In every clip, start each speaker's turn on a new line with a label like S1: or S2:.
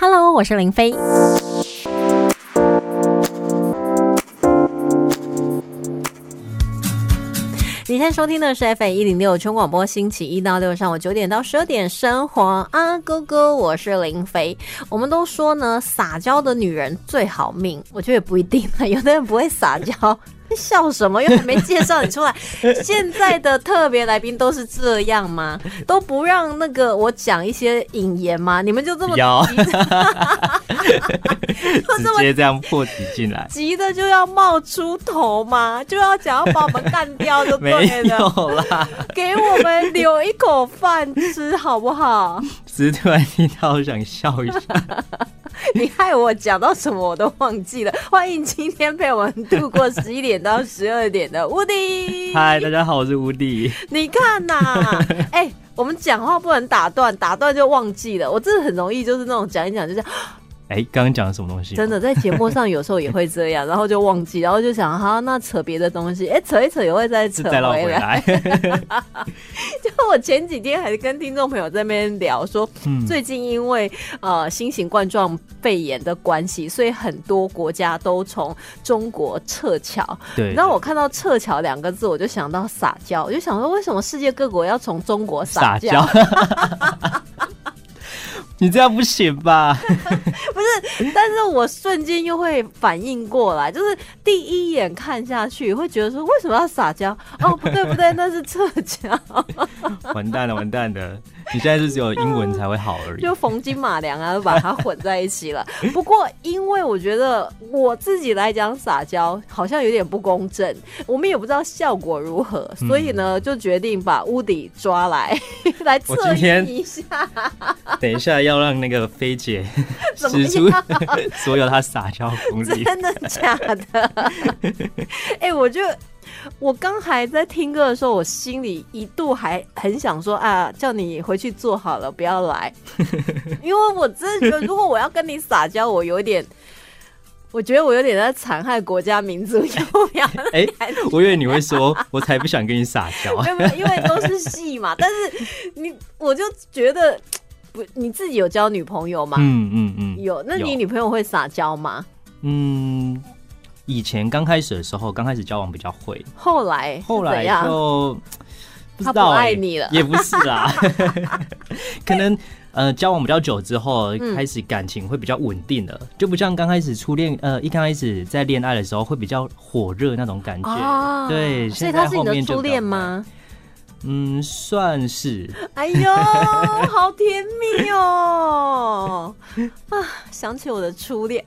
S1: 喽，我是林飞。你现在收听的是 FM 一零六全广播，星期一到六上午九点到十二点，生活啊哥哥，我是林飞。我们都说呢，撒娇的女人最好命，我觉得也不一定啊，有的人不会撒娇。 笑什么？又还没介绍你出来。现在的特别来宾都是这样吗？都不让那个我讲一些引言吗？你们就这么
S2: 要
S1: 急着就 这
S2: 直
S1: 么，
S2: 接这样破题进来
S1: 急的就要冒出头吗？就要想要把我们干掉就
S2: 没
S1: 对了，
S2: 有啦，
S1: 给我们留一口饭吃好不好？
S2: 只是突然听到想笑一下。
S1: 你害我讲到什么我都忘记了。欢迎今天陪我们度过十一点到十二点的无敌。
S2: 嗨，大家好，我是吴迪。
S1: 你看呐、哎、我们讲话不能打断，打断就忘记了。我真的很容易就是那种讲一讲，就是
S2: 哎、刚刚讲了什么东西？
S1: 真 的在节目上有时候也会这样，然后就忘记，然后就想哈、那扯别的东西，哎、扯一扯也会再
S2: 是
S1: 扯
S2: 再绕回
S1: 回来。
S2: 来，
S1: 就 我前几天还跟听众朋友在那边聊说，
S2: 嗯，
S1: 最近因为呃新型冠状肺炎的关系，所以很多国家都从中国撤侨。
S2: 对。
S1: 然后我看到“撤侨”两个字，我就想到撒娇，我就想说，为什么世界各国要从中国
S2: 撒
S1: 撒娇？
S2: 娇， 你这样不行吧？
S1: 但是我瞬间又会反应过来，就是第一眼看下去会觉得说，为什么要撒娇？哦，不对不对，那是撤侨，
S2: 完蛋了，完蛋了！你现在是只有英文才会好而已
S1: 就。冯金马良啊，把它混在一起 了。不过，因为我觉得我自己来讲撒娇好像有点不公正，我们也不知道效果如何，
S2: 嗯
S1: 所以呢，就决定把乌迪抓来 来测
S2: 我今天
S1: 验一下。
S2: 等一下要让那个菲姐
S1: 怎么
S2: 使出 所有她撒娇的功力。
S1: 真的假的？ 哎、我就我刚还在听歌的时候，我心里一度还很想说啊，叫你回去做好了，不要 来，因为我真的觉得，如果我要跟你撒娇，我有点。我觉得我有点在残害国家民族优良的
S2: 哎、
S1: 感觉，
S2: 我以为你会说，我才不想跟你撒娇。
S1: 没有啊没有，因为都是戏 嘛。但是你，我就觉得不，你自己有交女朋友吗？
S2: 嗯嗯嗯，
S1: 有，那你
S2: 有
S1: 女朋友会撒娇吗？
S2: 嗯，以前刚开始的时候，刚开始交往比较会，
S1: 后来是
S2: 后来
S1: 怎样
S2: 就
S1: 他
S2: 不知
S1: 不
S2: 道、欸、
S1: 爱你了
S2: 也不是 啦，可能呃交往比较久之后，
S1: 嗯
S2: 开始感情会比较稳定了，就不像刚开始初恋呃一刚开始在恋爱的时候会比较火热那种感觉。
S1: 哦，
S2: 对，
S1: 所以
S2: 现
S1: 他
S2: 在
S1: 是你
S2: 后
S1: 的
S2: 面就
S1: 初
S2: 比较
S1: 恋
S2: 慢？
S1: 吗？
S2: 嗯，算是
S1: 哎呦，好甜蜜哦！啊，想起我的初恋，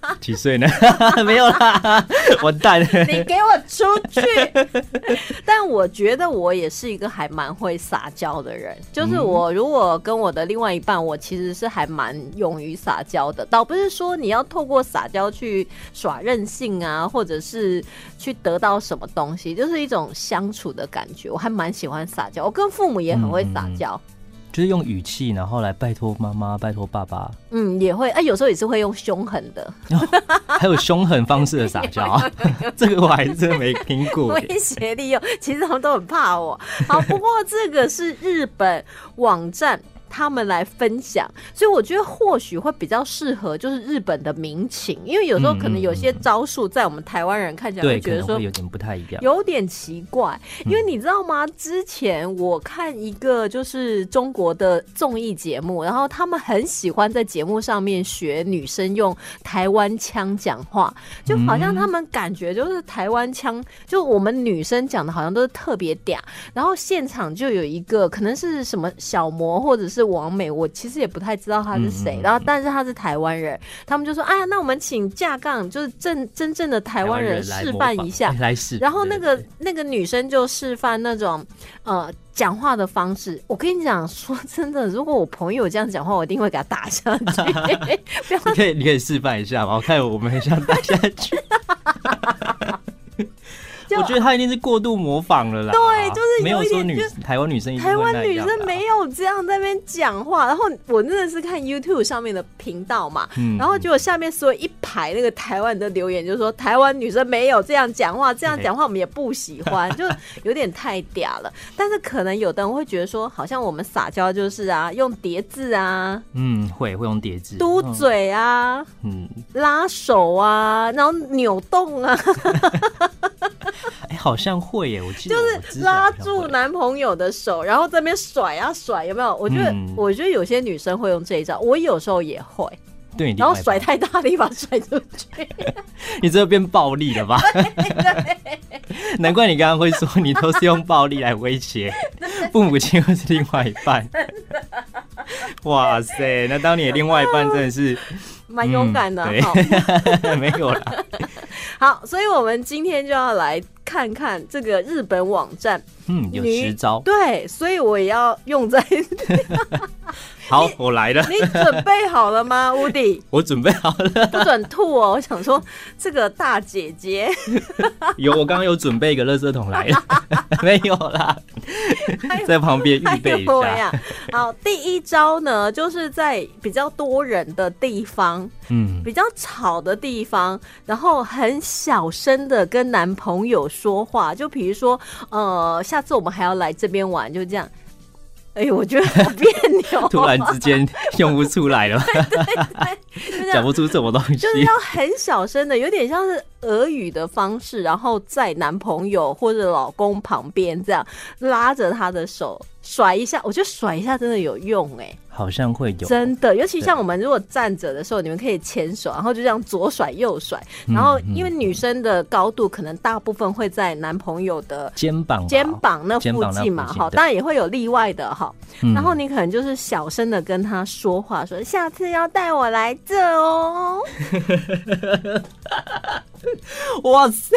S1: 啊、
S2: 几岁呢？ 没有啦，完蛋了。
S1: 你给我出去！ 但我觉得我也是一个还蛮会撒娇的人，就是
S2: 嗯
S1: 我如果跟我的另外一半，我其实是还蛮勇于撒娇的，倒不是说你要透过撒娇去耍任性啊，或者是去得到什么东西，就是一种相处的感觉。我还蛮喜欢撒娇，我跟父母也很会撒
S2: 嗯嗯嗯
S1: 娇。
S2: 就是用语气，然后来拜托妈妈，拜托爸爸，
S1: 嗯，也会，哎、有时候也是会用凶狠的，
S2: 还有凶狠方式的撒娇，这个我还真没听过耶。
S1: 威胁利用，其实他们都很怕 我。好，不过这个是日本网站。他们来分享，所以我觉得或许会比较适合就是日本的民情，因为有时候
S2: 嗯
S1: 可能有
S2: 嗯
S1: 些
S2: 嗯
S1: 招数在我们台湾人看起来
S2: 对，
S1: 会
S2: 可
S1: 觉得
S2: 能
S1: 说
S2: 会有点不太一样。
S1: 有点奇怪，因为你知道吗？之前我看一个就是中国的综艺节目，然后他们很喜欢在节目上面学女生用台湾腔讲话，就好像他们感觉就是台湾腔，就我们女生讲的好像都是特别嗲，然后现场就有一个可能是什么小魔或者是王美，我其实也不太知道她是谁，
S2: 嗯嗯嗯
S1: 然后但是她是台湾人，他们就说：“哎呀，那我们请架杠，就是正真正的台
S2: 台
S1: 湾人
S2: 来
S1: 示
S2: 模
S1: 范
S2: 仿
S1: 一下。”
S2: 哎来示范。
S1: 然后那
S2: 对
S1: 个
S2: 对
S1: 那个女生就示范那种呃讲话的方式。我跟你讲，说真的，如果我朋友这样讲话，我一定会给他打下 去。不要
S2: 对你可以你可以示范一下吗？我看我们很想打下去。
S1: 就就
S2: 我觉得他一定是过度模仿了啦。
S1: 对就是
S2: 没
S1: 有
S2: 有
S1: 一
S2: 说
S1: 点
S2: 女
S1: 就
S2: 台湾女生一定
S1: 台
S2: 会
S1: 湾
S2: 那
S1: 女
S2: 样
S1: 生
S2: 啦
S1: 没有这样在那边讲话，然后我真的是看 YouTube 上面的频道嘛，
S2: 嗯
S1: 然后结果下面所有一排那个台湾的留言就说台湾女生没有这样讲话，这样讲话我们也不喜 欢，就有点太嗲了。但是可能有的人会觉得说，好像我们撒娇就是啊，用叠字啊、
S2: 嗯会会用叠字
S1: 嘟嘴啊、
S2: 嗯
S1: 拉手啊，然后扭动啊，
S2: 哎、好像会耶，我记得
S1: 就
S2: 我之
S1: 是
S2: 前
S1: 拉
S2: 好像
S1: 住
S2: 会
S1: 男朋友的手，然后这边甩啊甩，有没有？我觉得，
S2: 嗯
S1: 我觉得有些女生会用这一招，我有时候也会，
S2: 对，
S1: 然后甩
S2: 他，
S1: 太大力把它甩出去。
S2: 你这变暴力了吧？ 难怪你刚刚会说你都是用暴力来威胁父母亲或是另外一半。哇塞，那当你的另外一半真 的是
S1: 蛮勇敢的、
S2: 嗯对
S1: 好
S2: 没有啦。
S1: 好，所以我们今天就要来看看这个日本网站。
S2: 嗯，有
S1: 你
S2: 十招。
S1: 对，所以我也要用在 你
S2: 好，我来了，
S1: 准备好了吗，乌迪？
S2: 我准备好了。
S1: 不准吐哦！我想说，这个大姐姐，
S2: 有，我刚刚有准备一个垃圾桶来了， 没有啦，在旁边预备一
S1: 哎
S2: 下。
S1: 呀！好，第一招呢，就是在比较多人的地方、
S2: 嗯，
S1: 比较吵的地方，然后很小声的跟男朋友说话，就比如说，呃，下次我们还要来这边玩，就这样。哎呦，我觉得好别扭哦、
S2: 突然之间用不出来了，
S1: 就这样
S2: 讲不出什么东西
S1: 啊就。是要很小声的，有点像是俄语的方式，然后在男朋友或者老公旁边这样拉着他的手甩一下，我觉得甩一下真的有用哎、
S2: 好像会有，
S1: 真的，尤其
S2: 对
S1: 像我们如果站着的时候，你们可以牵手，然后就这样左甩右甩，然后
S2: 嗯嗯
S1: 因为女生的高度可能大部分会在男朋友的。
S2: 肩膀吧，
S1: 肩膀那
S2: 哦肩
S1: 附
S2: 膀那
S1: 近嘛，
S2: 附近
S1: 哈，
S2: 对
S1: 当然也会有例外的哈。
S2: 嗯
S1: 然后你可能就是小声的跟他说话，说下次要带我来这哦。
S2: 哇塞，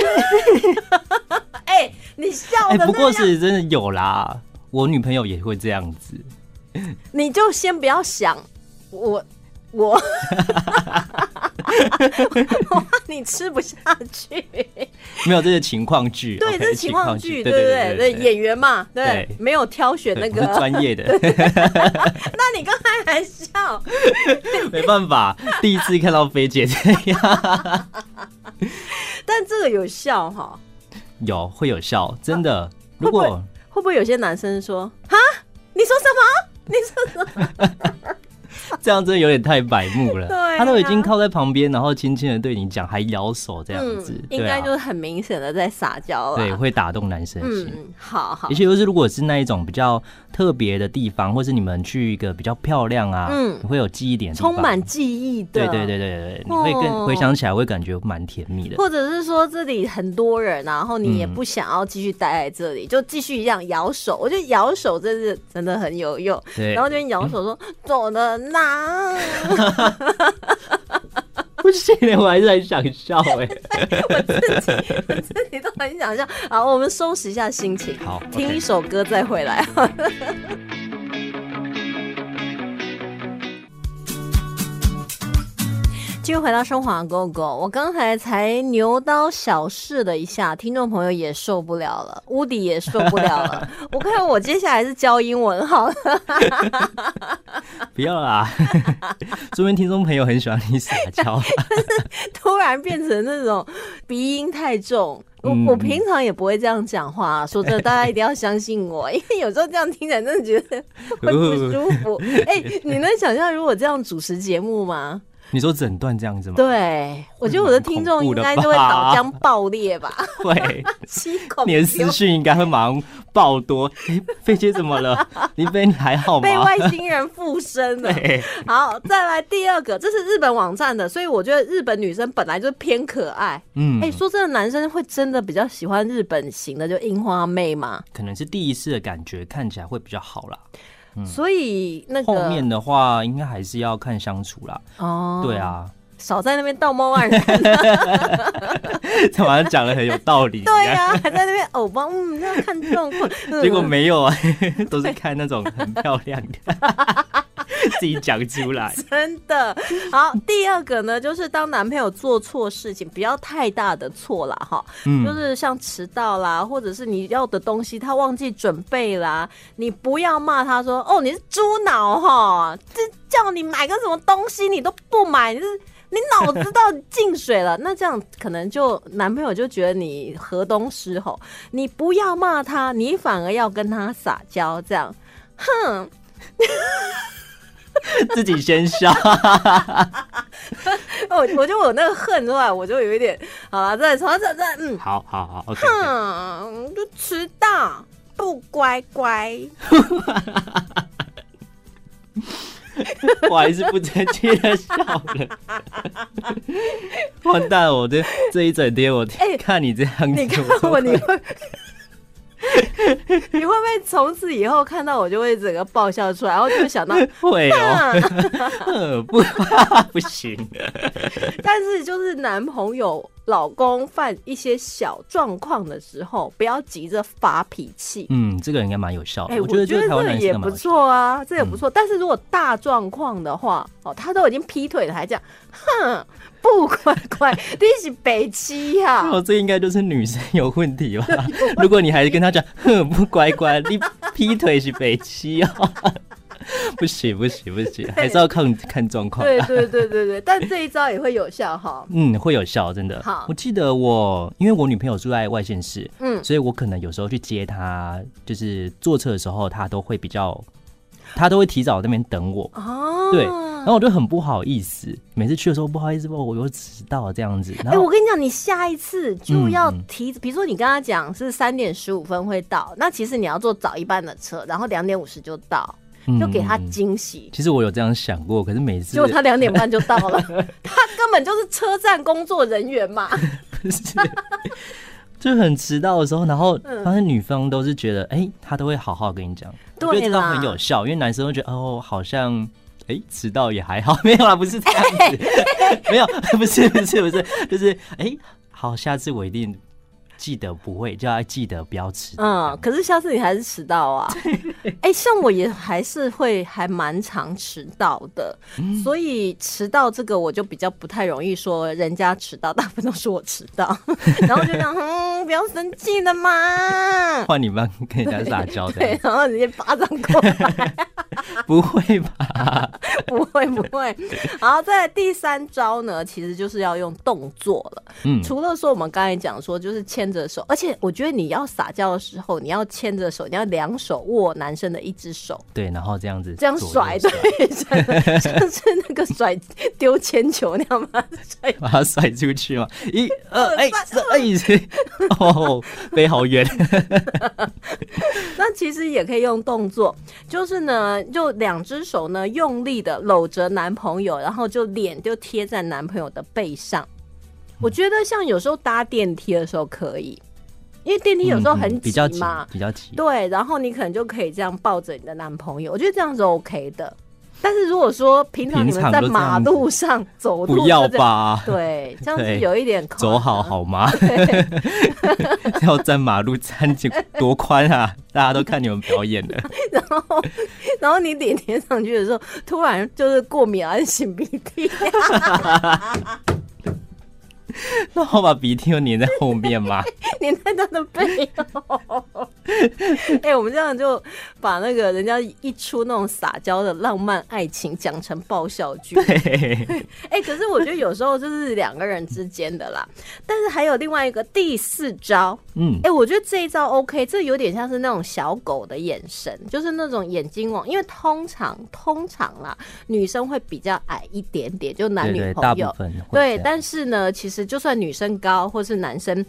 S1: 哎、你笑
S2: 哎、
S1: 的、
S2: 不过是真的有啦，我女朋友也会这样子，
S1: 你就先不要想我。 我，我怕你吃不下去。
S2: 没有这个情况剧，
S1: 对，
S2: OK，
S1: 这是情况剧，
S2: 剧，
S1: 对
S2: 对
S1: 不
S2: 对
S1: 对？对
S2: 对，
S1: 演员嘛，对
S2: 对，
S1: 没有挑选
S2: 对
S1: 那
S2: 我是
S1: 个。
S2: 专业的，
S1: 那你刚才还笑，
S2: 没办法，第一次看到菲姐 这样，
S1: 但这个有笑哈？
S2: 有会有笑，真的。
S1: 会
S2: 如
S1: 不会
S2: 果
S1: 会不会有些男生说哈，你说什么？你说什么？
S2: 这样真的有点太白目了，
S1: 对啊
S2: 他都已经靠在旁边，然后轻轻的对你讲，还摇手这样子，
S1: 嗯，应
S2: 对啊
S1: 该就是很明显的在撒娇
S2: 对
S1: 了。
S2: 会打动男生心。
S1: 嗯，好好
S2: 而，且就是如果是那一种比较特别的地方，或是你们去一个比较漂亮啊，
S1: 嗯
S2: 嗯，会有记忆点的地方，
S1: 充满记忆的。
S2: 对对对对对，你会
S1: 哦
S2: 更回想起来会感觉蛮甜蜜的。
S1: 或者是说这里很多人啊、然后你也
S2: 嗯
S1: 不想要继续待在这里，就继续一样摇手。我觉得摇手真是真的很有用。
S2: 对嗯
S1: 然，后就摇手说：“走的啦
S2: 不行，我还是很想笑哎、
S1: 我自己都很想笑。好，我们收拾一下心情，
S2: 好
S1: 听
S2: OK
S1: 一首歌再回来。 继续回到生活啊狗狗，我刚才才牛刀小试了一下，听众朋友也受不了了，乌迪也受不了了。我看我接下来是教英文好了，
S2: 不 要啦，说明听众朋友很喜欢你撒娇。
S1: 突然变成那种鼻音太重。我
S2: 嗯
S1: 我平常也不会这样讲话、说真的，大家一定要相信我， 因为有时候这样听起来真的觉得 会 不舒服。哎、你能想象如果这样主持节目 吗？
S2: 你说诊断这样子吗？
S1: 对，我觉得我的听众应该都会
S2: 嗯蛮恐怖
S1: 脑浆
S2: 的吧
S1: 爆裂吧，
S2: 会，
S1: 七孔
S2: 你的私讯应该会马上爆多。哎、飞姐怎么了？林飞，你还好
S1: 被
S2: 吗？
S1: 外星人附身了。
S2: 对，
S1: 好，再来第二个，这是日本网站的，所以我觉得日本女生本来就偏可爱。
S2: 嗯，
S1: 哎、说真的，男生会真的比较喜欢日本型的，就樱花妹嘛。
S2: 可能是第一次的感觉看起来会比较好啦。
S1: 所以那个
S2: 嗯后面的话应该还是要看相处啦。
S1: 哦，
S2: 对，啊，
S1: 少在那边道貌 岸然。
S2: 这好像讲的很有 道理一样。
S1: 对呀、还在那边偶包，嗯，那 看状况。嗯
S2: 结果没有啊，都是看那种很漂亮的， 自己讲出来。
S1: 真的。好，第二个呢，就是当男朋友做错事情，不要太大的错啦，哈，就
S2: 嗯，
S1: 是像迟到啦，或者是你要的东西他忘记准备啦，你不要骂他说：“哦，你是猪脑哈，这叫你买个什么东西你都不买，你是你脑子到进水了。” 那这样可能就男朋友就觉得你河东狮吼，你不要骂他，你反而要跟他撒娇，这样，哼，
S2: 自己先笑。
S1: 我哦我就有那个恨出来，我就有一点好了，再从这这嗯，
S2: 好好好，OK。
S1: 哼，就迟到不乖乖。
S2: 我还是不争气的笑了， 完蛋了！我这这一整天，我
S1: 哎
S2: 看你这样子，
S1: 你看
S2: 就
S1: 我，你会，你会不会从此以后看到我就会整个爆笑出来，然后就会想到，
S2: 会 哦，
S1: 嗯
S2: 呃不 不行，
S1: 但是就是男朋友、老公犯一些小状况的时候，不要急着发脾气。
S2: 嗯，这个应该蛮有效的，
S1: 哎，我
S2: 我觉得这个台湾
S1: 这
S2: 男
S1: 也
S2: 生干
S1: 不
S2: 嘛？嗯
S1: 错啊，这也不错。但是如果大状况的话，哦，他都已经劈腿了，还这样，哼，不乖乖，你是啊北七呀、
S2: 哦，这应该就是女生有问题吧？ 如果你还跟他讲，哼，不乖乖，你 劈腿是北七哦， 不行不行不行，还是要看看状况。
S1: 对对对对对，但这一招也会有效哈。
S2: 嗯，会有效，真的。
S1: 好
S2: 我记得我，因为我女朋友住在外县市，
S1: 嗯，
S2: 所以我可能有时候去接她，就是坐车的时候，她都会比较，她都会提早在那边等我。
S1: 哦，
S2: 对，然后我就很不好意思，每次去的时候不好意思，我又迟到了这样子。
S1: 哎、
S2: 然后
S1: 我跟你讲，你下一次就
S2: 嗯
S1: 要
S2: 嗯
S1: 提，比如说你跟他讲是三点十五分会到，那其实你要坐早一班的车，然后两点五十就到，就给他
S2: 嗯嗯嗯
S1: 惊喜。
S2: 其实我有这样想过，可是每次
S1: 结果他两点半就到 了，他根本就是车站工作人员嘛。
S2: 就很迟到的时候，然后
S1: 嗯
S2: 发现女方都是觉得，哎、她都会好好跟你讲，
S1: 对
S2: 我觉得这个
S1: 啦
S2: 很有效，因为男生会觉得，哦，好像，哎、迟到也还好，没 有啦，不是这样子， 没有，不是，不是，不是，就是，哎、好，下次我一定记得不会，就要记得不要迟到。
S1: 嗯，可是下次你还是迟到啊。哎、像我也还是会还蛮常迟到的，所以迟到这个我就比较不太容易说人家迟到，大部分都是我迟到，然后就想，嗯，不要生气了嘛。
S2: 换你帮跟人家撒娇这
S1: 对
S2: 样，，
S1: 然后直接巴掌过来，
S2: 不会吧？
S1: 不会不会。然后再来第三招呢，其实就是要用动作了。
S2: 嗯，
S1: 除了说我们刚才讲说，就是牵着手，而且我觉得你要撒娇的时候，你要牵着手，你要两手握男生的一只手，
S2: 对，然后这样子
S1: 这样
S2: 左右
S1: 甩，对， 真的像是那个甩丢铅球那样吗？甩
S2: 把它 甩出去嘛，一二 哎三哎，哦，飞好远，
S1: 那其实也可以用动作，就是呢，就两只手呢用力的搂着男朋友，然后就脸就贴在男朋友的背上。我觉得像有时候搭电梯的时候可以，因为电梯有时候
S2: 嗯嗯
S1: 很
S2: 比较
S1: 挤嘛，
S2: 比较急。
S1: 对，然后你可能就可以这样抱着你的男朋友，我觉得这样是 OK 的。但是如果说平常你
S2: 平
S1: 们
S2: 常
S1: 在
S2: 都这
S1: 马
S2: 样子
S1: 路上走路，
S2: 不要？吧，
S1: 对，这样子
S2: 对
S1: 有一点夸
S2: 走好
S1: 张
S2: 好吗？ 要站马路站就多宽啊！ 大家都看你们表演 了，
S1: 然后，然后你脸贴上去的时候，突然就是过敏啊，擤鼻涕，
S2: 那我把鼻涕又粘在后面吗？
S1: 粘在他的背后。 哎、我们这样就把那个人家一出那种撒娇的浪漫爱情讲成爆笑剧。
S2: 对，
S1: 哎、可是我觉得有时候就是两个人之间的啦。但是还有另外一个第四招，
S2: 嗯
S1: 哎、，我觉得这一招 OK，这有点像是那种小狗的眼神，就是那种眼睛往，因为通常通常啦，女生会比较矮一点点，就男
S2: 对
S1: 女
S2: 对，
S1: 朋
S2: 大
S1: 友
S2: 部。分会这
S1: 对，
S2: 样
S1: 但是呢，其实就算女生高或是男生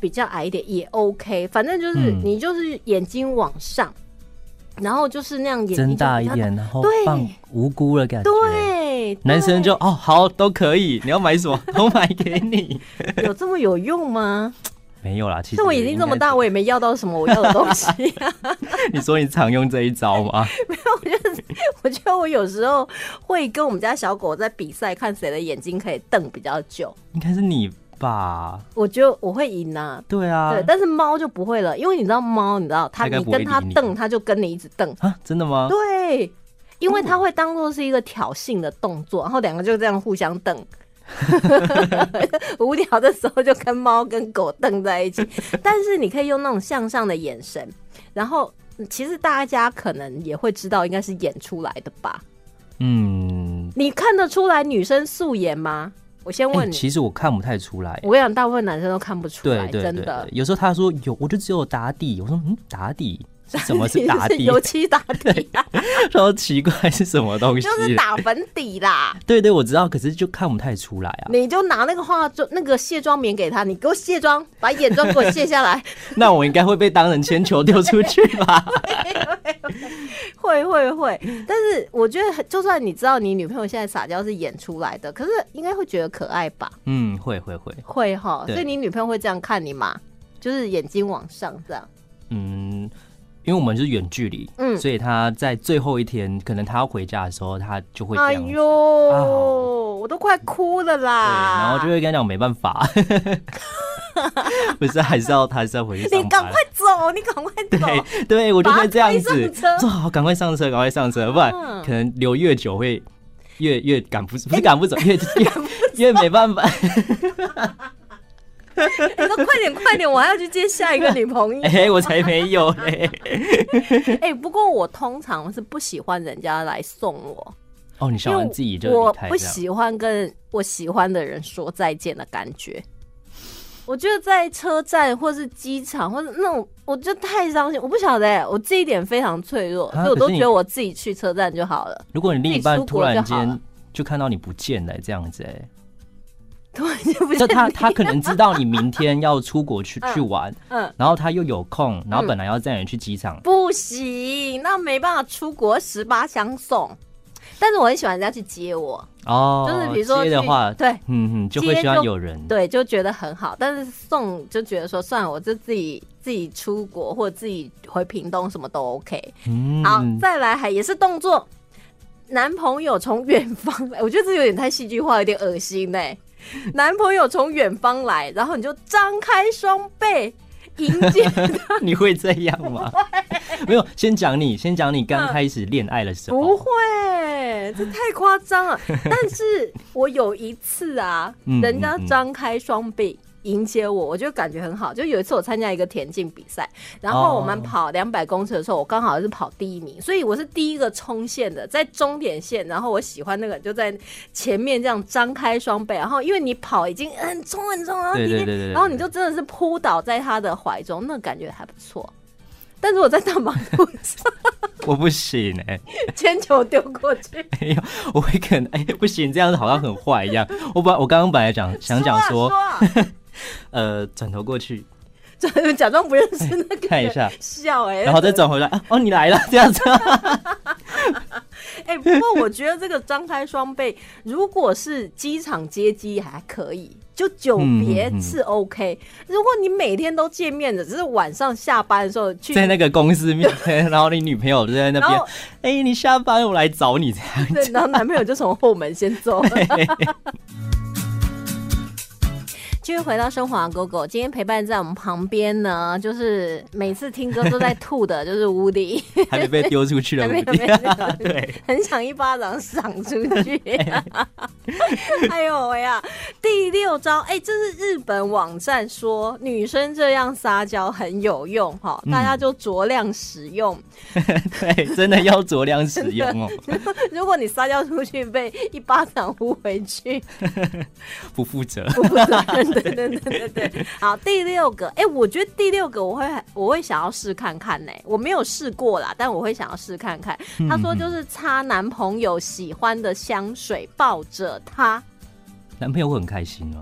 S1: 比较矮一点也 OK，反正就是、
S2: 嗯
S1: 你就是眼睛往上，然后就是那样眼睛
S2: 睁
S1: 就
S2: 大
S1: 比
S2: 一
S1: 较
S2: 点，然后
S1: 对
S2: 放无辜的感觉。
S1: 对，
S2: 男生
S1: 对
S2: 就哦好都可以，你要买什么 都买给你。
S1: 有这么有用吗？
S2: 没有 啦，其实
S1: 这我已经这么大，
S2: 应
S1: 我也没要到什么我要的东 西、 啊。
S2: 该是，你 说你常用这一招吗？
S1: 我觉得我有时候会跟我们家小狗在比赛，看谁的眼睛可以瞪比较久。
S2: 应该是你吧？
S1: 我觉得我会赢啊。
S2: 对啊，
S1: 对，但是猫就不会了，因为你知道猫，你知道它，
S2: 它应该
S1: 你
S2: 不会
S1: 跟它
S2: 理你
S1: 瞪，它就跟你一直瞪。
S2: 啊，真的吗？
S1: 对，哎、因为他会当做是一个挑衅的动
S2: 哦
S1: 作，然后两个就这样互相 瞪。无聊的时候就跟猫跟狗瞪在 一起，但是你可以用那种向上的眼神，然后其实大家可能也会知道，应该是演出来的吧？
S2: 嗯，
S1: 你看得出来女生素颜吗？我先问
S2: 哎
S1: 你，
S2: 其实我看不太出来。
S1: 我跟你讲，大部分男生都看不出
S2: 对
S1: 来，
S2: 对对
S1: 真的
S2: 对。有时候他说有，我就只有打底。我说嗯，打底是什么是打底？
S1: 油漆打底 啊，
S2: 超奇怪是什么东西
S1: 就？是打粉底啦。
S2: 对对，我知道，可是就看不太出来 啊。
S1: 你就拿那个化妆那个卸妆棉给他，你给我卸妆，把眼妆给我卸下 来。
S2: 那我应该会被当成铅球丢出去吧？
S1: 会会会，但是我觉得，就算你知道你女朋友现在撒娇是演出来的，可是应该会觉得可爱吧？
S2: 嗯，会会会，
S1: 会哈，
S2: 对
S1: 所以你女朋友会这样看你吗？就是眼睛往上这样。
S2: 嗯，因为我们是远距离，
S1: 嗯
S2: 所以他在最后一天，可能他要回家的时候，他就会这
S1: 哎
S2: 样子。
S1: 呦，
S2: 啊
S1: 我都快哭了
S2: 对，
S1: 啦！
S2: 然后就会跟他讲没办法， 不是还是要他还是要回去上班。
S1: 你赶快走，你赶快走。
S2: 对对，我就会这样
S1: 哦把他推
S2: 子
S1: 上车，
S2: 说好，赶快上车，赶快上车，不然
S1: 嗯哎
S2: 可能留越久会越越赶不不是赶不走， 越越 越没办法。
S1: 你说快点快点，我还要去接下一个女朋友。
S2: 哎，我才没有嘞！
S1: 哎、不过我通常是不喜欢人家来送我，
S2: 哦，你想完自己就
S1: 我
S2: 离开
S1: 不
S2: 这样，
S1: 喜欢跟我喜欢的人说再见的感觉。我觉得在车站或是机场或者那种，我就太伤心。我不晓得、欸，我这一点非常脆弱，
S2: 啊
S1: 所以我都
S2: 可是你
S1: 觉得我自己去车站就好了。
S2: 如果你另一
S1: 自
S2: 半
S1: 己出
S2: 突
S1: 国就
S2: 然
S1: 好
S2: 间
S1: 了
S2: 就看到你不见了这样子，哎，
S1: 突然间不见
S2: 这他
S1: 你
S2: 他可能知道你明天要出国去去玩，
S1: 嗯，
S2: 然后他又有空，然后本来要载你去机场，
S1: 不行，那没办法出国十八相送。但是我很喜欢人家去接我，
S2: 哦，
S1: 就是比如说
S2: 接的
S1: 去
S2: 话，
S1: 对
S2: 嗯嗯，就会
S1: 接
S2: 希望
S1: 就
S2: 有人，
S1: 对，就觉得很好。但是送就觉得说，算了，我就自己自己出国或者自己回屏东，什么都 OK。
S2: 嗯，
S1: 好，再来还也是动作，男朋友从远方哎来，我觉得这有点太戏剧化，有点恶心呢、欸男朋友从远方来，然后你就张开双臂迎接，
S2: 你会这样 吗？没有，先讲你，先讲你刚开始恋爱的时
S1: 不
S2: 候，
S1: 会，这太夸张 了。但是我有一次啊，
S2: 嗯
S1: 人家
S2: 嗯嗯
S1: 张开双臂。迎接我，我就感觉很好。就有一次我参加一个田径比赛，然后我们
S2: 哦
S1: 跑两百公尺的时候，我刚好是跑第一名，所以我是第一个冲线的，在终点线。然后我喜欢那个人就在前面这样张开双臂，然后因为你跑已经很冲很冲，然后
S2: 对对
S1: 滴滴
S2: 对对对
S1: 然后你就真的是扑倒在他的怀中，那感觉还不错。但是我在大马路 上
S2: 我不行哎、
S1: 铅球丢过去，
S2: 没有，我会可能哎、不行，这样子好像很坏一样。我本我刚刚本来讲想讲说，
S1: 啊 说啊
S2: 呃，转头过去
S1: 假假装不认识那个
S2: 看一下，
S1: 笑哎、
S2: 然后再转回来啊，哦，你来 了，这样子。
S1: 哎、不过我觉得这个张开双臂，如果是机场接机还可以，就久别
S2: 嗯嗯嗯
S1: 是 OK、如果你每天都见面的，只是晚上下班的时候去，
S2: 在那个公司面前，然后你女朋友就在那
S1: 然
S2: 边
S1: 后，
S2: 哎、你下班我来找你这样。
S1: 对，然后男朋友就从后门先走。 继续回到生活啊，狗狗。今天陪伴在我们旁边呢，就是每次听歌都在吐的，就是无敌，
S2: 还没被丢出去了，
S1: 还没有
S2: 我
S1: 没有没有
S2: 对，
S1: 很想一巴掌赏出去。啊 哎呦喂呀！第六招，哎、这是日本网站说女生这样撒娇很有用哈，大家就酌量使用。
S2: 对，真的要酌量使用哦，
S1: 如果你撒娇出去被一巴掌呼回去，
S2: 不负责。
S1: 不负责任，对对对对对。好，第六个，哎、我觉得第六个我会我会想要试看看呢、我没有试过啦，但我会想要试看看。他说就是擦男朋友喜欢的香水，抱着他。
S2: 男朋友会很开心哦，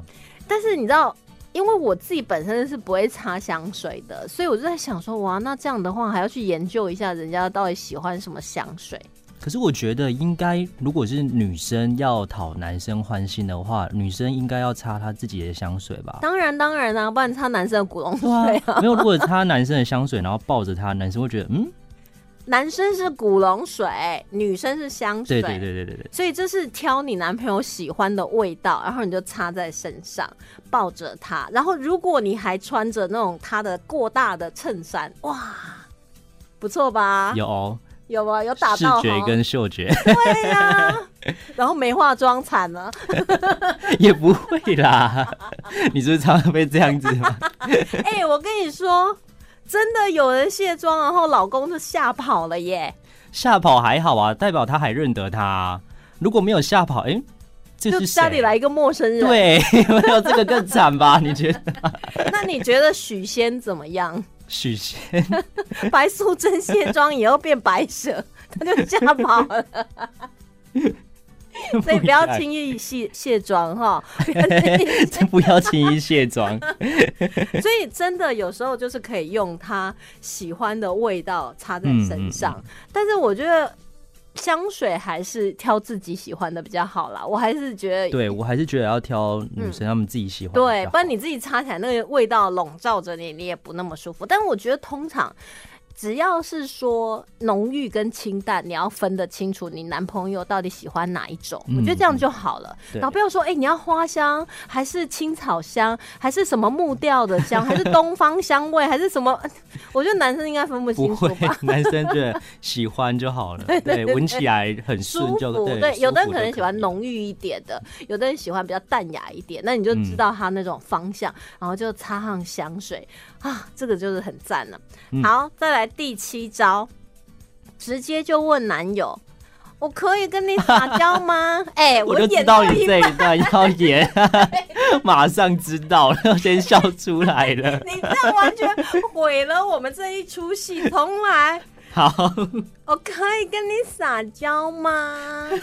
S1: 但是你知道，因为我自己本身是不会擦香水的，所以我就在想说，哇，那这样的话还要去研究一下人家到底喜欢什么香水。
S2: 可是我觉得应该，如果是女生要讨男生欢心的话，女生应该要擦她自己的香水 吧？
S1: 当然，当然啊，不然擦男生的古龙水，
S2: 没有，如果擦男生的香水，然后抱着他，男生会觉得嗯，
S1: 男生是古龙水，女生是香水。
S2: 对对对对对对，
S1: 所以这是挑你男朋友喜欢的味道，然后你就擦在身上，抱着他。然后如果你还穿着那种他的过大的衬衫，哇，不错吧？
S2: 有哦、
S1: 有吗？有打
S2: 视
S1: 到
S2: 觉
S1: 哈
S2: 跟嗅觉
S1: 对呀、 然后没化妆惨了，
S2: 也不会 啦。你是不是常常被这样子吗？
S1: 哎、我跟你说，真的有人卸妆，然后老公就吓跑了耶。
S2: 吓跑还好啊，代表他还认得他啊。如果没有吓跑，哎、这
S1: 就是家里
S2: 谁
S1: 来一个陌生人，，
S2: 对，没有这个更惨吧？你觉得？
S1: 那你觉得许仙怎么样？
S2: 许仙
S1: 白素贞卸妆以后变白蛇，他就吓跑了。所以不要 轻易卸卸妆哈。
S2: 真不要轻易卸妆。
S1: 所以真的有时候就是可以用他喜欢的味道擦
S2: 嗯
S1: 在身上，但是我觉得。香水还是挑自己喜欢的比较好啦，我还是觉得
S2: 对我还是觉得要挑女生她们自己喜欢的比较好。
S1: 嗯对，不然你自己擦起来那个味道笼罩着你，你也不那么舒服。但我觉得通常只要是说浓郁跟清淡，你要分得清楚你男朋友到底喜欢哪一种，我觉得这样就好了。
S2: 嗯对
S1: 然后不要说哎、诶你要花香还是青草香，还是什么木调的香，还是东方香味，还是什么？ 我觉得男生应该分不
S2: 不
S1: 清楚
S2: 会
S1: 吧。，
S2: 男生觉得喜欢就 好了，对，闻起来很顺
S1: 舒
S2: 就
S1: 服，
S2: 对，
S1: 对，有的人可能喜欢
S2: 浓。
S1: 浓郁一点的，有的人喜欢比较淡雅一点，那你就
S2: 嗯
S1: 知道他那种方向，然后就擦上香水啊，这个就是很赞了。
S2: 嗯
S1: 好，再来第七招，直接就问男友。我可以跟你撒娇吗？ 哎、
S2: 我
S1: 我
S2: 就知
S1: 演
S2: 道
S1: 到
S2: 你
S1: 一
S2: 这一段要演， 马上知道了，先笑出来了。
S1: 你这样完全毁了我们这一出戏，重来。
S2: 好，
S1: 我可以跟你撒娇吗？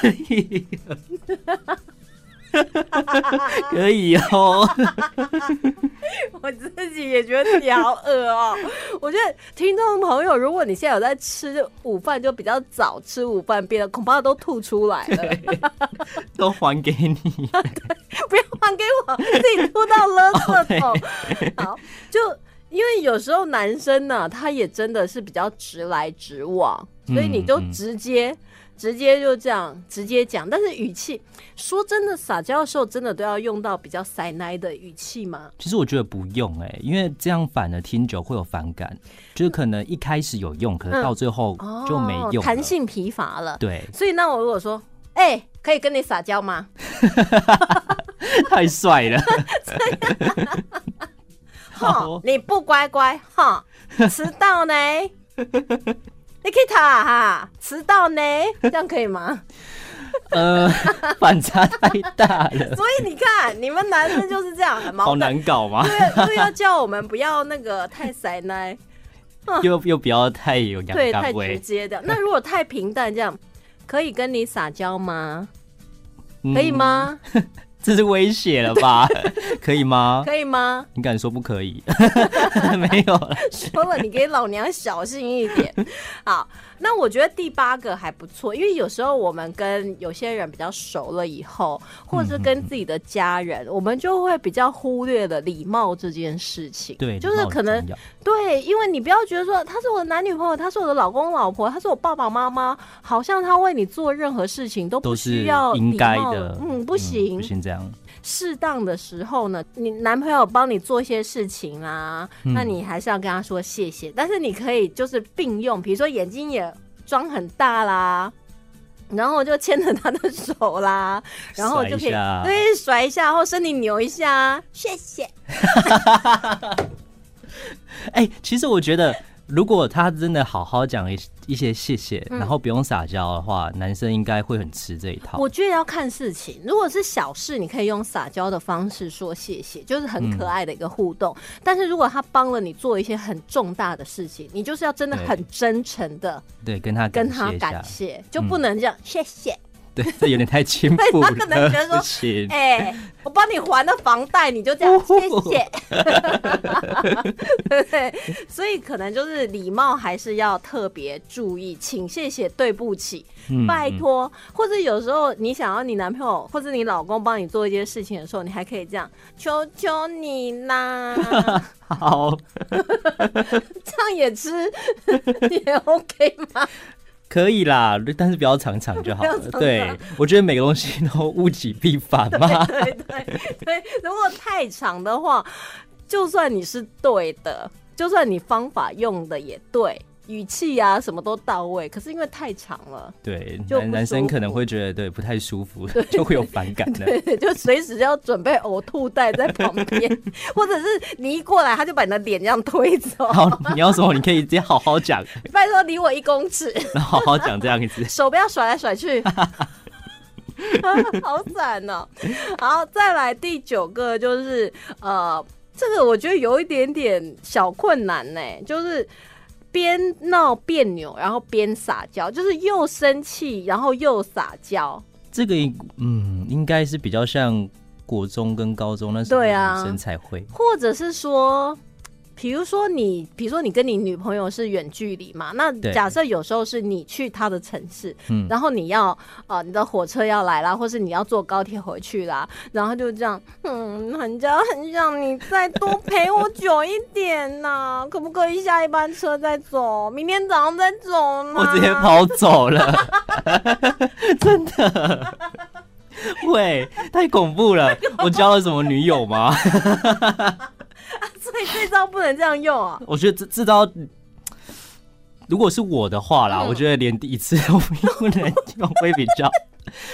S2: 可以哦。
S1: 我自己也觉得自己好饿哦。我觉得听众朋友，如果你现在有在吃午饭，就比较早吃午饭，别的恐怕都吐出来 了。
S2: 都还给你。
S1: 不要还给我，自己吐到垃圾
S2: 哦
S1: 桶。 好，就因为有时候男生呢、他也真的是比较直来直往，所以你就
S2: 嗯嗯
S1: 直接。直接就这样直接讲，但是语气说真的，撒娇的时候真的都要用到比较塞奶的语气吗？
S2: 其实我觉得不用哎、因为这样反而听久会有反感，就是可能一开始有用，可是到最后
S1: 哦，
S2: 就没用了。
S1: 弹性疲乏了。
S2: 对，
S1: 所以那我如果说，哎、可以跟你撒娇吗？
S2: 太 帅了，好
S1: 哈，你不乖乖， 哈，迟到呢。你可以塔哈，迟到呢，这样可以 吗？
S2: 呃，反差太大 了，
S1: 所以你看，你们男生就是这样，很
S2: 好
S1: 矛盾。
S2: 难 搞嘛，
S1: 对，又要叫我们不要那个太塞 奶，
S2: 又又不要太有
S1: 对，
S2: 阳
S1: 太
S2: 刚
S1: 直
S2: 味，
S1: 接的。那如果太平淡，这样可以跟你撒娇吗？
S2: 嗯
S1: 可以？吗？
S2: 这是威胁了吧？可以吗？
S1: 可以吗？
S2: 你敢说不 可以？没有了，
S1: 说了，你给老娘小心一点。好，那我觉得第八个还不错，因为有时候我们跟有些人比较熟了以后，或者是跟自己的家人，我们就会比较忽略了礼貌这件事情。
S2: 对，
S1: 就
S2: 礼
S1: 是
S2: 貌
S1: 可
S2: 很
S1: 能
S2: 重要
S1: 对，因为你不要觉得说他是我的男女朋友，他是我的老公老婆，他是我爸爸妈妈，好像他为你做任何事情都不
S2: 都是
S1: 需要
S2: 应
S1: 礼
S2: 该
S1: 貌
S2: 的，
S1: 嗯，不行，
S2: 不行这样。
S1: 适当的时候呢，你男朋友帮你做一些事情啊，
S2: 嗯
S1: 那你还是要跟他说谢谢。但是你可以就是并用，比如说眼睛也装很大啦，然后就牵着他的手 啦，然后就可以
S2: 甩一下
S1: 对甩一下，或身体扭一下，谢谢。
S2: 哎、其实我觉得，如果他真的好好讲一一些谢谢，
S1: 嗯
S2: 然后不用撒娇的话，男生应该会很吃这一套。
S1: 我觉得要看事情，如果是小事，你可以用撒娇的方式说谢谢，就是很可爱的一个互动。
S2: 嗯
S1: 但是如果他帮了你做一些很重大的事情，你就是要真的
S2: 对
S1: 很真诚的。
S2: 对，跟他
S1: 跟
S2: 感
S1: 他
S2: 谢一下
S1: 感，谢，就不能这样、谢谢。
S2: 对，这有点太轻
S1: 对
S2: 浮
S1: 他
S2: 了，
S1: 可能觉得说
S2: 不行。
S1: 哎、我帮你还了房贷，你就这样谢谢， 对不对？所以可能就是礼貌还是要特别注意，请谢谢，对不起，
S2: 嗯
S1: 拜托。或者有时候你想要你男朋友或者你老公帮你做一些事情的时候，你还可以这样求求你啦，
S2: 好，
S1: 这样也吃 也 OK 吗？
S2: 可以啦，但是不要常常就好
S1: 不要
S2: 了
S1: 常。常
S2: 对，我觉得每个东西都物极必反 嘛。
S1: 对对对，如果太长的话，就算你是对的，就算你方法用的也对，语气啊什么都到位，可是因为太长了，
S2: 对，
S1: 就
S2: 男
S1: 不
S2: 男生
S1: 舒
S2: 可能
S1: 服
S2: 会觉得对不太舒服，就会有反感的。
S1: 对， 就随时要准备呕吐袋在旁边， 或者是你一过来他就把你的脸这样推走，
S2: 好，你要什么你可以直接好好讲，
S1: 拜托离我一公尺，
S2: 然后好好讲这样子。
S1: 手不要甩来甩去。啊好惨哦！好，再来第九个就是呃，这个我觉得有一点点小困难呢、就是边闹别扭，然后边撒娇，就是又生气，然后又撒娇。
S2: 这个嗯，应该是比较像国中跟高中那时候的
S1: 对啊
S2: 女生才会。
S1: 或者是说，比如说你，比如说你跟你女朋友是远距离嘛，那
S2: 对
S1: 假设有时候是你去她的城市，
S2: 嗯
S1: 然后你要呃你的火车要来啦，或是你要坐高铁回去啦，然后就这样，嗯，很想很想你再多陪我久一点呐、 可不可以下一班车再走，明天早上再走呢？
S2: 我直接跑走了，真的。喂，太恐怖了！我交了什么女友吗？
S1: 所以这招不能这样用啊。
S2: 我觉得这这招，如果是我的话啦，
S1: 嗯
S2: 我觉得连一次都不能用会比较，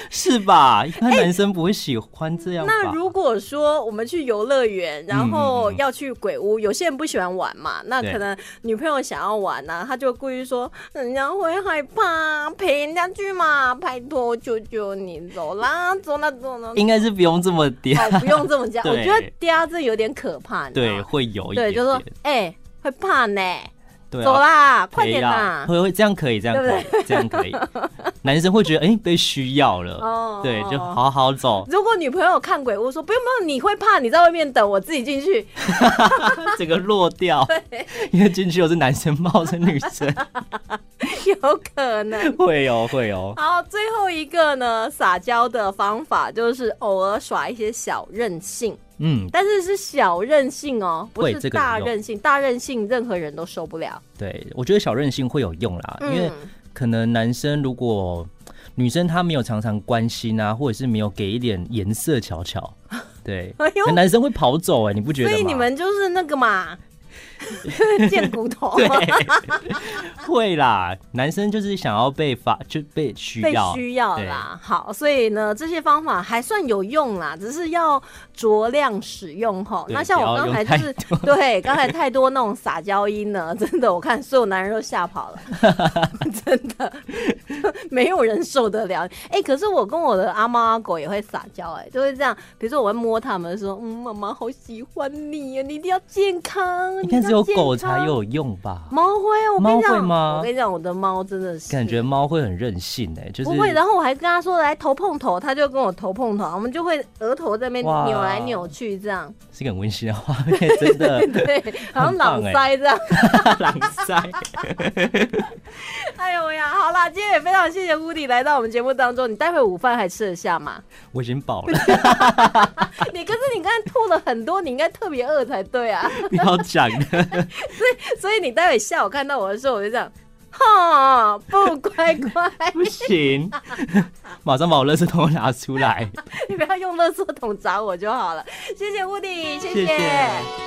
S2: 是吧？一般男生不会喜欢这样吧？
S1: 哎那如果说我们去游乐园，然后要去鬼屋，有些人不喜欢玩嘛，那
S2: 嗯对
S1: 可能女朋友想要玩呢、他就故意说人家会害怕，陪人家去嘛，拜托，求求你走啦，走啦，走 啦。
S2: 应该是不用这么点，
S1: 哦，不用这么讲，
S2: 对
S1: 我觉得嗲这有点可怕，你知道
S2: 对，
S1: 吗
S2: 会有一点
S1: 对，就说
S2: 点
S1: 哎、会怕呢，
S2: 对
S1: 走
S2: 啊，
S1: 啦，快
S2: 可以
S1: 点
S2: 啦，
S1: 啦。
S2: 会会这样可以，这样可以，这样可以，男生会觉得哎、被需要了，
S1: 哦
S2: 对，就好好 走，
S1: 如果女朋友看鬼屋说不用不用，你会怕，你在外面等，我自己进去。
S2: 整个落掉，因为进去又是男生冒成女生，
S1: 有可能。
S2: 会哦会哦，
S1: 好，最后一个呢，撒娇的方法就是偶尔耍一些小任性，
S2: 嗯，
S1: 但是是小任性哦，不
S2: 会
S1: 是
S2: 这个
S1: 大
S2: 有用
S1: 任性，大任性任何人都受不了。
S2: 对，我觉得小任性会有用啦，因为。
S1: 嗯，
S2: 可能男生如果女生她没有常常关心啊，或者是没有给一点颜色瞧 瞧，对，
S1: 哎呦
S2: 可能男生会跑走哎、你不觉
S1: 所
S2: 得吗？
S1: 以你们就是那个 嘛， 贱骨头
S2: 对
S1: 嘛，，
S2: 会啦，男生就是想要被发就被需
S1: 被
S2: 要，
S1: 需要啦。好，所以呢，这些方法还算有用啦，只是要酌量使用吼。
S2: 对
S1: 那像我
S2: 不
S1: 刚
S2: 要用
S1: 才就
S2: 太
S1: 是对刚才太多那种撒娇音呢，真的，我看所有男人都吓跑了， 真的，没有人受得了。哎、可是我跟我的阿猫阿狗也会撒娇，哎，就会这样，比如说我会摸它们说，嗯，妈妈好喜欢你啊呀，你一定要健康，你一
S2: 应
S1: 定要
S2: 该只有
S1: 健
S2: 狗才
S1: 康。
S2: 有用吧？
S1: 猫会啊，我跟
S2: 猫
S1: 你
S2: 会
S1: 讲，
S2: 吗
S1: 我跟你讲，我的猫真的是
S2: 感觉猫会很任性哎、就是
S1: 不会，然后我还跟他说来头碰头，他就跟我头碰头，我们就会额头在那边
S2: 哇
S1: 扭来扭去这 样，
S2: 是一个很温馨的画面， 真的
S1: 对，好像
S2: 很棒欸
S1: 朗塞这样。
S2: 狼塞。
S1: 哎呦呀，好啦，今天也非常谢谢乌迪来到我们节目当中，你待会午饭还吃得下 吗？
S2: 我已经饱了，
S1: 你可是你刚才吐了很多，你应该特别饿才对啊，
S2: 不要讲了，
S1: 所以你待会下午看到我的时候，我就这样。哈，不乖乖，
S2: 不行， 马上把我垃圾桶拿出来。
S1: 你不要用垃圾桶砸我就好了。谢谢乌迪，谢
S2: 谢谢